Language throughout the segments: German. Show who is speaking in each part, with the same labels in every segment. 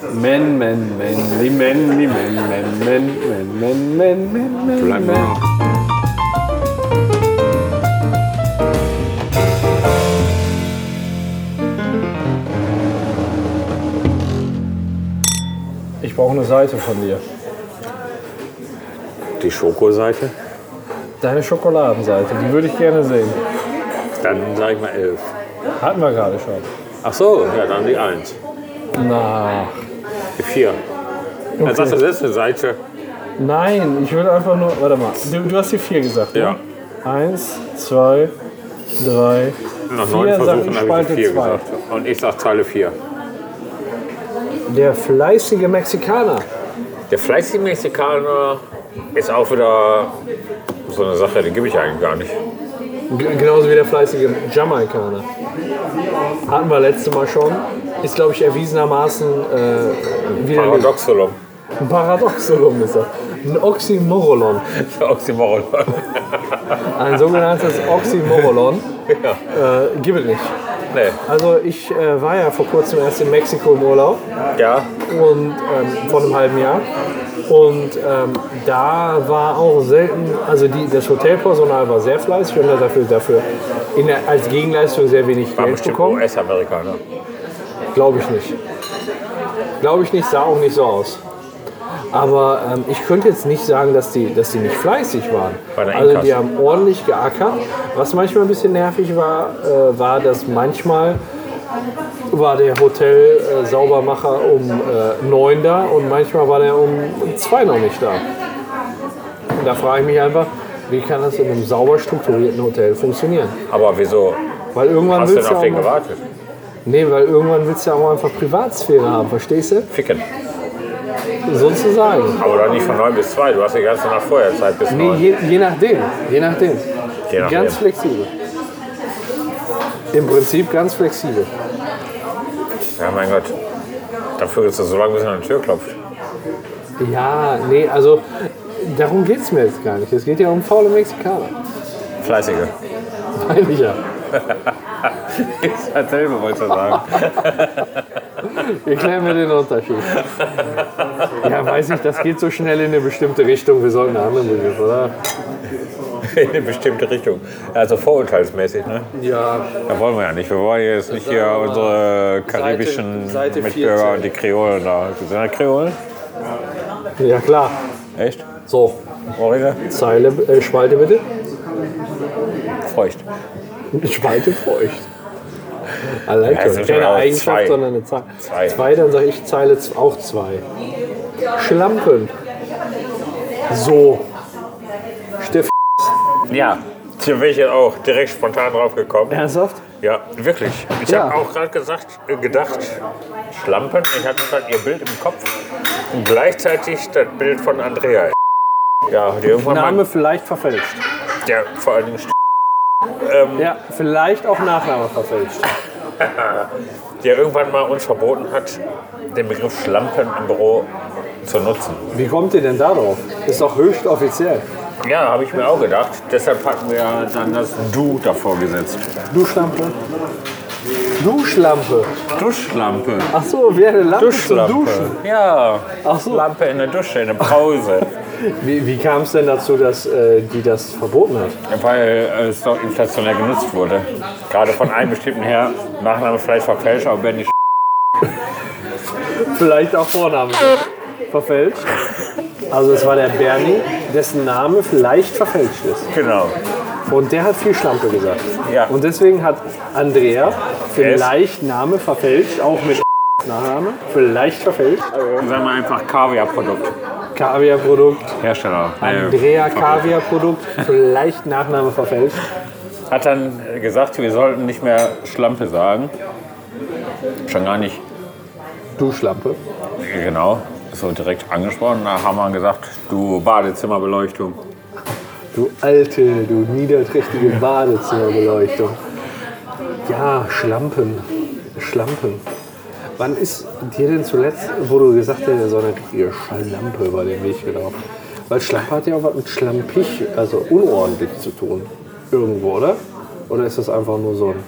Speaker 1: Men, men, men, die men, die men, men, men, men, men, men, men, men.
Speaker 2: Bleiben wir
Speaker 1: men.
Speaker 2: noch.
Speaker 3: Ich brauche eine Seite von dir.
Speaker 2: Die Schokoseite?
Speaker 3: Deine Schokoladenseite, die würde ich gerne sehen.
Speaker 2: Dann sage ich mal 11.
Speaker 3: Hatten wir gerade schon.
Speaker 2: Ach so, ja, dann die 1.
Speaker 3: Na,
Speaker 2: Die 4. Dann sagst du, das ist eine Seite.
Speaker 3: nein, ich will einfach nur. Warte mal, du, du hast hier vier gesagt,
Speaker 2: Ja.
Speaker 3: ne? Eins, zwei, drei.
Speaker 2: Nach
Speaker 3: Vier
Speaker 2: neun
Speaker 3: sagt, ich
Speaker 2: Versuchen habe ich
Speaker 3: spalte
Speaker 2: die 4
Speaker 3: zwei.
Speaker 2: gesagt. Und ich sage Zeile 4.
Speaker 3: Der fleißige Mexikaner.
Speaker 2: Der fleißige Mexikaner ist auch wieder so eine Sache, die gebe ich eigentlich gar nicht.
Speaker 3: G- Genauso wie der fleißige Jamaikaner. Hatten wir letztes Mal schon. Ist, glaube ich, erwiesenermaßen äh, wieder
Speaker 2: Paradoxolum.
Speaker 3: ein Paradoxolum ist er. Ein Oxymorolon.
Speaker 2: Oxymoron.
Speaker 3: Ein sogenanntes Oxymorolon.
Speaker 2: ja.
Speaker 3: Äh, gibt es nicht.
Speaker 2: Nee.
Speaker 3: Also ich äh, war ja vor kurzem erst in Mexiko im Urlaub
Speaker 2: Ja.
Speaker 3: und ähm, vor einem halben Jahr. Und ähm, da war auch selten, also die, das Hotelpersonal war sehr fleißig und hat dafür, dafür in der, als Gegenleistung sehr wenig
Speaker 2: War
Speaker 3: Geld
Speaker 2: bestimmt
Speaker 3: bekommen.
Speaker 2: US-Amerikaner.
Speaker 3: Glaube ich nicht. Glaube ich nicht, sah auch nicht so aus. Aber ähm, ich könnte jetzt nicht sagen, dass die, dass die nicht fleißig waren.
Speaker 2: Bei der
Speaker 3: Also die
Speaker 2: Inkas.
Speaker 3: haben ordentlich geackert. Was manchmal ein bisschen nervig war, äh, war, dass manchmal war der Hotel-Saubermacher um äh, neun da und manchmal war der um zwei noch nicht da. Und da frage ich mich einfach, wie kann das in einem sauber strukturierten Hotel funktionieren?
Speaker 2: Aber wieso
Speaker 3: Weil irgendwann
Speaker 2: hast du
Speaker 3: willst
Speaker 2: denn auf
Speaker 3: du ja
Speaker 2: den
Speaker 3: auch mal-
Speaker 2: gewartet?
Speaker 3: Nee, weil irgendwann willst du ja auch einfach Privatsphäre haben, verstehst du?
Speaker 2: Ficken.
Speaker 3: Sozusagen.
Speaker 2: Aber doch nicht von 9 bis 2. Du hast die ganze Nacht vorher Zeit bis
Speaker 3: Nee,
Speaker 2: 9.
Speaker 3: je, je nachdem. Je nachdem.
Speaker 2: Je nachdem.
Speaker 3: Ganz flexibel. Im Prinzip ganz flexibel.
Speaker 2: ja, mein Gott. Dafür ist es so lange, bis er an die Tür klopft.
Speaker 3: Ja, nee, also darum geht es mir jetzt gar nicht. Es geht ja um faule Mexikaner.
Speaker 2: Fleißige.
Speaker 3: Meine ich ja.
Speaker 2: Ist dasselbe, wollte ich sagen.
Speaker 3: Erklären wir den Unterschied. Ja, weiß ich, das geht so schnell in eine bestimmte Richtung. Wir sollten einen anderen Begriff, oder?
Speaker 2: In eine bestimmte Richtung. Also vorurteilsmäßig, ne?
Speaker 3: Ja,
Speaker 2: Da wollen wir ja nicht. Wir wollen jetzt nicht hier
Speaker 3: Sagen wir mal,
Speaker 2: unsere karibischen
Speaker 3: Seite- Seite
Speaker 2: Mitbürger
Speaker 3: 14.
Speaker 2: und die Kreolen da. Sind das Kreolen?
Speaker 3: ja klar.
Speaker 2: Echt?
Speaker 3: So,
Speaker 2: Orige?
Speaker 3: Zeile, äh, Spalte bitte.
Speaker 2: Feucht.
Speaker 3: Spalte feucht. Allein
Speaker 2: Ja,
Speaker 3: schon.
Speaker 2: es sind
Speaker 3: keine
Speaker 2: aber auch
Speaker 3: Eigenschaft,
Speaker 2: zwei.
Speaker 3: sondern eine Zahl.
Speaker 2: Zwei.
Speaker 3: dann sage ich Zeile z- auch zwei. Schlampen. So. Stift.
Speaker 2: Ja. Hier bin ich jetzt auch direkt spontan drauf gekommen.
Speaker 3: Ernsthaft?
Speaker 2: Ja, wirklich. Ich
Speaker 3: Ja.
Speaker 2: habe auch gerade gesagt, äh, gedacht, Schlampen. Ich hatte gerade ihr Bild im Kopf und gleichzeitig das Bild von Andrea. Ja, die irgendwann
Speaker 3: Name
Speaker 2: mal,
Speaker 3: vielleicht verfälscht.
Speaker 2: der vor allen Dingen,
Speaker 3: Ja, vielleicht auch Nachname verfälscht.
Speaker 2: der irgendwann mal uns verboten hat, den Begriff Schlampen im Büro zu nutzen.
Speaker 3: Wie kommt ihr denn darauf? Ist doch höchst offiziell.
Speaker 2: Ja, habe ich mir auch gedacht. Deshalb hatten wir dann das Du davor gesetzt.
Speaker 3: Du Schlampe. Du Schlampe.
Speaker 2: Duschlampe.
Speaker 3: Ach so, wäre eine Lampe zum
Speaker 2: Duschlampe.
Speaker 3: Duschen.
Speaker 2: Ja.
Speaker 3: Ach so.
Speaker 2: Lampe in der Dusche, in der Pause.
Speaker 3: Wie, wie kam es denn dazu, dass äh, die das verboten hat?
Speaker 2: Weil äh, es doch inflationär genutzt wurde. Gerade von einem bestimmten Herr, Nachname vielleicht verfälscht, aber wenn nicht.
Speaker 3: Vielleicht auch Vorname verfälscht. Also es war der Bernie, dessen Name vielleicht verfälscht ist.
Speaker 2: Genau.
Speaker 3: Und der hat viel Schlampe gesagt.
Speaker 2: Ja.
Speaker 3: Und deswegen hat Andrea vielleicht Name verfälscht, auch mit Nachname, vielleicht verfälscht.
Speaker 2: Sagen wir einfach Kaviarprodukt.
Speaker 3: Kaviarprodukt,
Speaker 2: Hersteller.
Speaker 3: Andrea
Speaker 2: Fabrik.
Speaker 3: Kaviarprodukt, vielleicht Nachname verfälscht.
Speaker 2: Hat dann gesagt, wir sollten nicht mehr Schlampe sagen. Schon gar nicht.
Speaker 3: Du Schlampe.
Speaker 2: Genau. So direkt angesprochen. Da haben wir gesagt, du Badezimmerbeleuchtung.
Speaker 3: Du alte, du niederträchtige Badezimmerbeleuchtung. Ja, Schlampen. Schlampen. Wann ist dir denn zuletzt, wo du gesagt hast, so eine richtige Schlampe über den Weg gelaufen? Weil Schlampe hat ja auch was mit schlampig, also unordentlich zu tun. Irgendwo, oder? Oder ist das einfach nur so ein.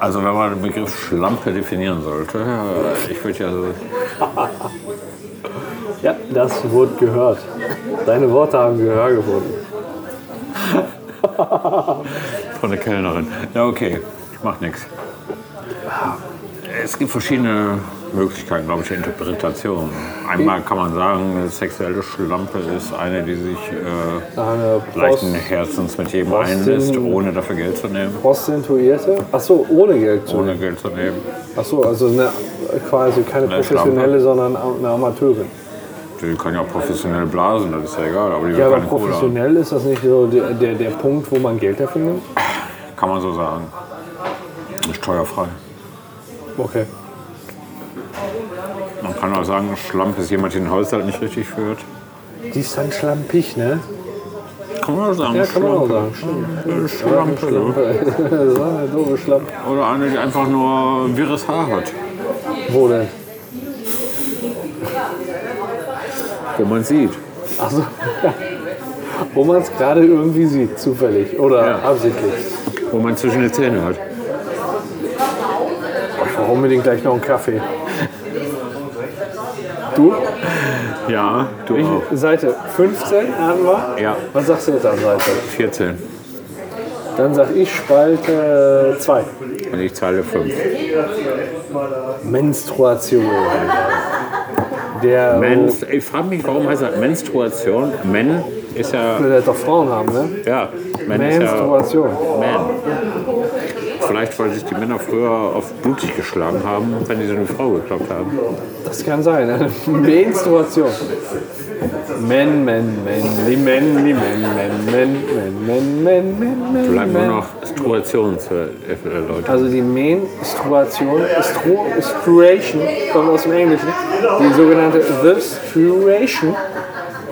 Speaker 2: Also wenn man den Begriff Schlampe definieren sollte, äh, ich würde ja so.
Speaker 3: Ja, das wurde gehört. Deine Worte haben Gehör gefunden.
Speaker 2: Von der Kellnerin. Ja, okay. Macht nichts. Es gibt verschiedene Möglichkeiten, glaube ich, der Interpretation. Einmal kann man sagen, eine sexuelle Schlampe ist eine, die sich äh,
Speaker 3: Eine
Speaker 2: leichten Herzens mit jedem
Speaker 3: Prost-
Speaker 2: einlässt, ohne dafür Geld zu nehmen.
Speaker 3: Prostituierte? Achso, ohne Geld zu.
Speaker 2: Ohne Geld zu nehmen.
Speaker 3: Achso, also eine, quasi keine
Speaker 2: Eine
Speaker 3: professionelle, sondern eine Amateurin.
Speaker 2: Die kann ja professionell blasen, das ist ja egal, aber die
Speaker 3: Ja,
Speaker 2: wird
Speaker 3: aber
Speaker 2: keine Kohle haben.
Speaker 3: professionell ist das nicht so der, der, der Punkt, wo man Geld dafür nimmt?
Speaker 2: Kann man so sagen. Ist steuerfrei.
Speaker 3: Okay.
Speaker 2: Man kann auch sagen, Schlampe ist jemand, der den Haushalt nicht richtig führt.
Speaker 3: Die ist dann schlampig, ne?
Speaker 2: Kann man auch sagen,
Speaker 3: Ja, kann man auch
Speaker 2: Schlampe.
Speaker 3: sagen.
Speaker 2: Äh, Schlampe.
Speaker 3: Schlampe. das ist eine doofe Schlampe.
Speaker 2: Oder eine, die einfach nur wirres Haar hat.
Speaker 3: Wo denn?
Speaker 2: Wo man sieht.
Speaker 3: Achso. Wo man es gerade irgendwie sieht, zufällig oder
Speaker 2: Ja.
Speaker 3: absichtlich.
Speaker 2: Wo man zwischen den Zähnen hat.
Speaker 3: Oh, Ich brauche unbedingt gleich noch einen Kaffee. Oh. Du?
Speaker 2: Ja, du
Speaker 3: Ich, Seite 15 haben wir.
Speaker 2: Ja.
Speaker 3: Was sagst du jetzt an Seite?
Speaker 2: 14.
Speaker 3: Dann sag ich Spalte 2.
Speaker 2: Und ich zahle 5.
Speaker 3: Menstruation. Der
Speaker 2: Mens, ich frage mich, warum heißt das Menstruation? Men ist ja.
Speaker 3: will das doch Frauen haben, ne?
Speaker 2: Ja, Men ist ja.
Speaker 3: Menstruation.
Speaker 2: Man. Vielleicht, weil sich die Männer früher oft blutig geschlagen haben, wenn sie so eine Frau geklappt haben.
Speaker 3: Das kann sein. ne? Menstruation.
Speaker 1: Men, men, men, li men, li men, men, men, men, men, men, men, men.
Speaker 2: Bleiben nur noch Menstruation zu erläutern.
Speaker 3: Also die Menstruation, Stru Struation kommt aus dem Englischen. Die sogenannte Menstruation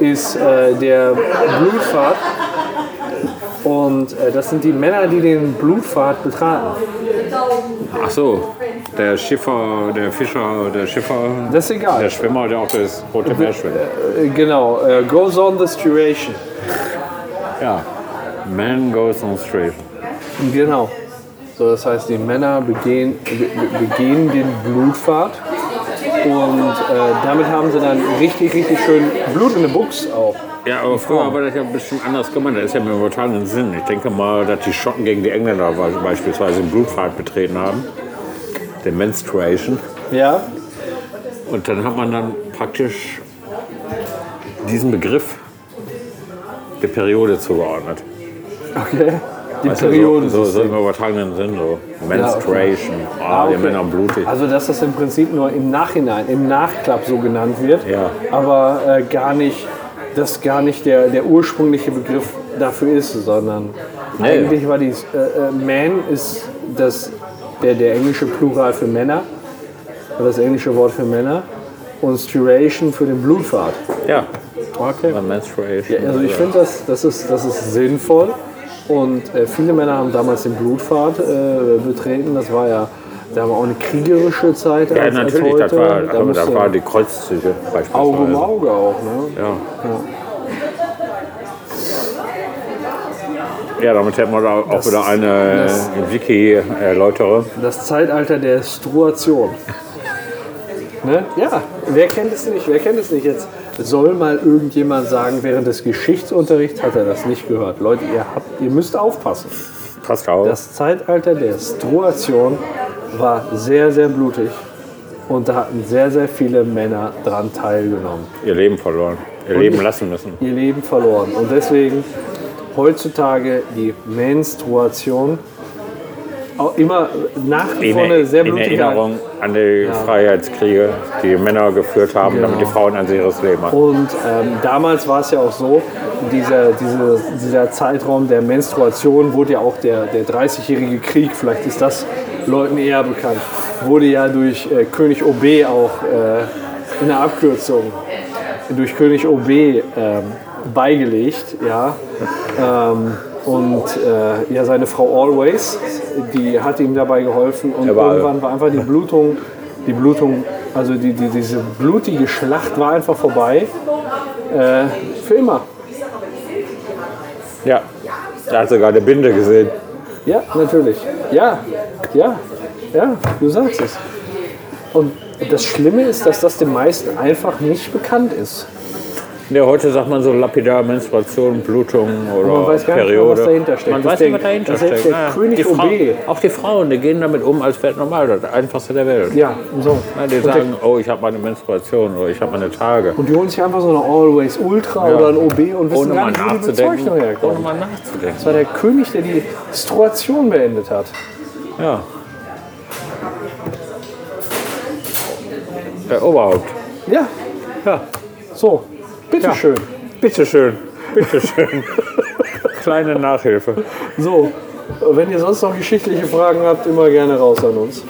Speaker 3: ist äh, der Blutpfad. Und äh, das sind die Männer, die den Blutpfad betraten.
Speaker 2: Ach so, der Schiffer, der Fischer, der Schiffer,
Speaker 3: Das ist egal.
Speaker 2: der Schwimmer, der auch das Rote Meer schwimmt.
Speaker 3: Äh, genau. Äh, goes on the Struation.
Speaker 2: Ja. Man goes on straight.
Speaker 3: Genau. So, das heißt, die Männer begehen, be, be- begehen den Blutpfad und äh, damit haben sie dann richtig, richtig schön Blut in der Buchs auch.
Speaker 2: Ja, aber früher war das ja ein bisschen anders gemeint. Das ist ja mir momentan ein Sinn. Ich denke mal, dass die Schotten gegen die Engländer be- beispielsweise den Blutpfad betreten haben. Den Menstruation.
Speaker 3: Ja,
Speaker 2: Und dann hat man dann praktisch diesen Begriff der Periode zugeordnet.
Speaker 3: okay. Die
Speaker 2: Weißt du,
Speaker 3: Perioden.
Speaker 2: So, so, so im übertragenen Sinn. So. Menstruation. Ah,
Speaker 3: Ah,
Speaker 2: die Männer blutig.
Speaker 3: Also, dass das im Prinzip nur im Nachhinein, im Nachklapp so genannt wird,
Speaker 2: Ja.
Speaker 3: aber äh, gar nicht, das gar nicht der, der ursprüngliche Begriff dafür ist, sondern eigentlich war die äh, äh, Man ist das, der, der englische Plural für Männer, das englische Wort für Männer und Sturation für den Blutpfad.
Speaker 2: Ja,
Speaker 3: Okay.
Speaker 2: dann Menstruation.
Speaker 3: Also ich finde, das, das, ist, das ist sinnvoll. Und äh, viele Männer haben damals den Blutpfad äh, betreten. Das war ja da haben wir auch eine kriegerische Zeit als,
Speaker 2: Ja,
Speaker 3: als
Speaker 2: natürlich,
Speaker 3: heute.
Speaker 2: das war,
Speaker 3: da
Speaker 2: aber
Speaker 3: musste
Speaker 2: das war die Kreuzzüge beispielsweise.
Speaker 3: Auge um Auge auch. Ne?
Speaker 2: Ja. Ja, damit hätten wir da auch wieder eine Wiki-Erläutere.
Speaker 3: Das Zeitalter der Struation. ne? Ja, wer kennt es nicht? Wer kennt es nicht jetzt? Soll mal irgendjemand sagen, während des Geschichtsunterrichts hat er das nicht gehört. Leute, ihr, habt, ihr müsst aufpassen.
Speaker 2: Passt auch.
Speaker 3: Das Zeitalter der Struation war sehr, sehr blutig und da hatten sehr, sehr viele Männer dran teilgenommen.
Speaker 2: ihr Leben verloren. Ihr Leben lassen müssen.
Speaker 3: Ihr Leben verloren. Und deswegen heutzutage die Menstruation auch immer nach wie
Speaker 2: In,
Speaker 3: vor eine sehr
Speaker 2: in
Speaker 3: blutige
Speaker 2: Erinnerung an die Freiheitskriege, die, die Männer geführt haben,
Speaker 3: Genau.
Speaker 2: damit die Frauen ein sicheres Leben hatten.
Speaker 3: Und ähm, damals war es ja auch so, dieser, diese, dieser Zeitraum der Menstruation wurde ja auch der, der 30-jährige Krieg, vielleicht ist das Leuten eher bekannt, wurde ja durch äh, König OB auch äh, in der Abkürzung, durch König OB ähm, beigelegt. Ja. Ähm, und äh, ja, seine Frau Always, die hat ihm dabei geholfen und
Speaker 2: Er war-
Speaker 3: irgendwann war einfach die Blutung, die Blutung, also die, die, diese blutige Schlacht war einfach vorbei. Äh, für immer.
Speaker 2: Ja, da hat sogar eine Binde gesehen.
Speaker 3: Ja, natürlich. Ja, ja. Ja, du sagst es. Und das Schlimme ist, dass das den meisten einfach nicht bekannt ist.
Speaker 2: Ja, heute sagt man so lapidar Menstruation, Blutung oder
Speaker 3: man weiß gar nicht mehr,
Speaker 2: Periode.
Speaker 3: was dahinter steckt.
Speaker 2: Man
Speaker 3: Das
Speaker 2: weiß
Speaker 3: der-
Speaker 2: nicht, was dahinter
Speaker 3: das ist
Speaker 2: steckt.
Speaker 3: der
Speaker 2: Ja,
Speaker 3: König
Speaker 2: die Frau,
Speaker 3: Obé.
Speaker 2: auch die Frauen, die gehen damit um, als wäre es normal, das einfachste der Welt.
Speaker 3: Ja, so.
Speaker 2: Ja, die
Speaker 3: Und der-
Speaker 2: sagen, oh, ich habe meine Menstruation oder ich habe meine Tage.
Speaker 3: Und die holen sich einfach so eine Always Ultra oder ein OB und wissen
Speaker 2: Ohne
Speaker 3: gar
Speaker 2: mal
Speaker 3: nicht, wo die Bezeichnung
Speaker 2: nachzudenken. Ohne
Speaker 3: herkommt.
Speaker 2: mal nachzudenken.
Speaker 3: Das war der König, der die Menstruation beendet hat.
Speaker 2: Ja. Der Oberhaupt.
Speaker 3: Ja,
Speaker 2: Ja.
Speaker 3: so. Bitteschön.
Speaker 2: Bitteschön. Bitteschön. Kleine Nachhilfe.
Speaker 3: So, wenn ihr sonst noch geschichtliche Fragen habt, immer gerne raus an uns.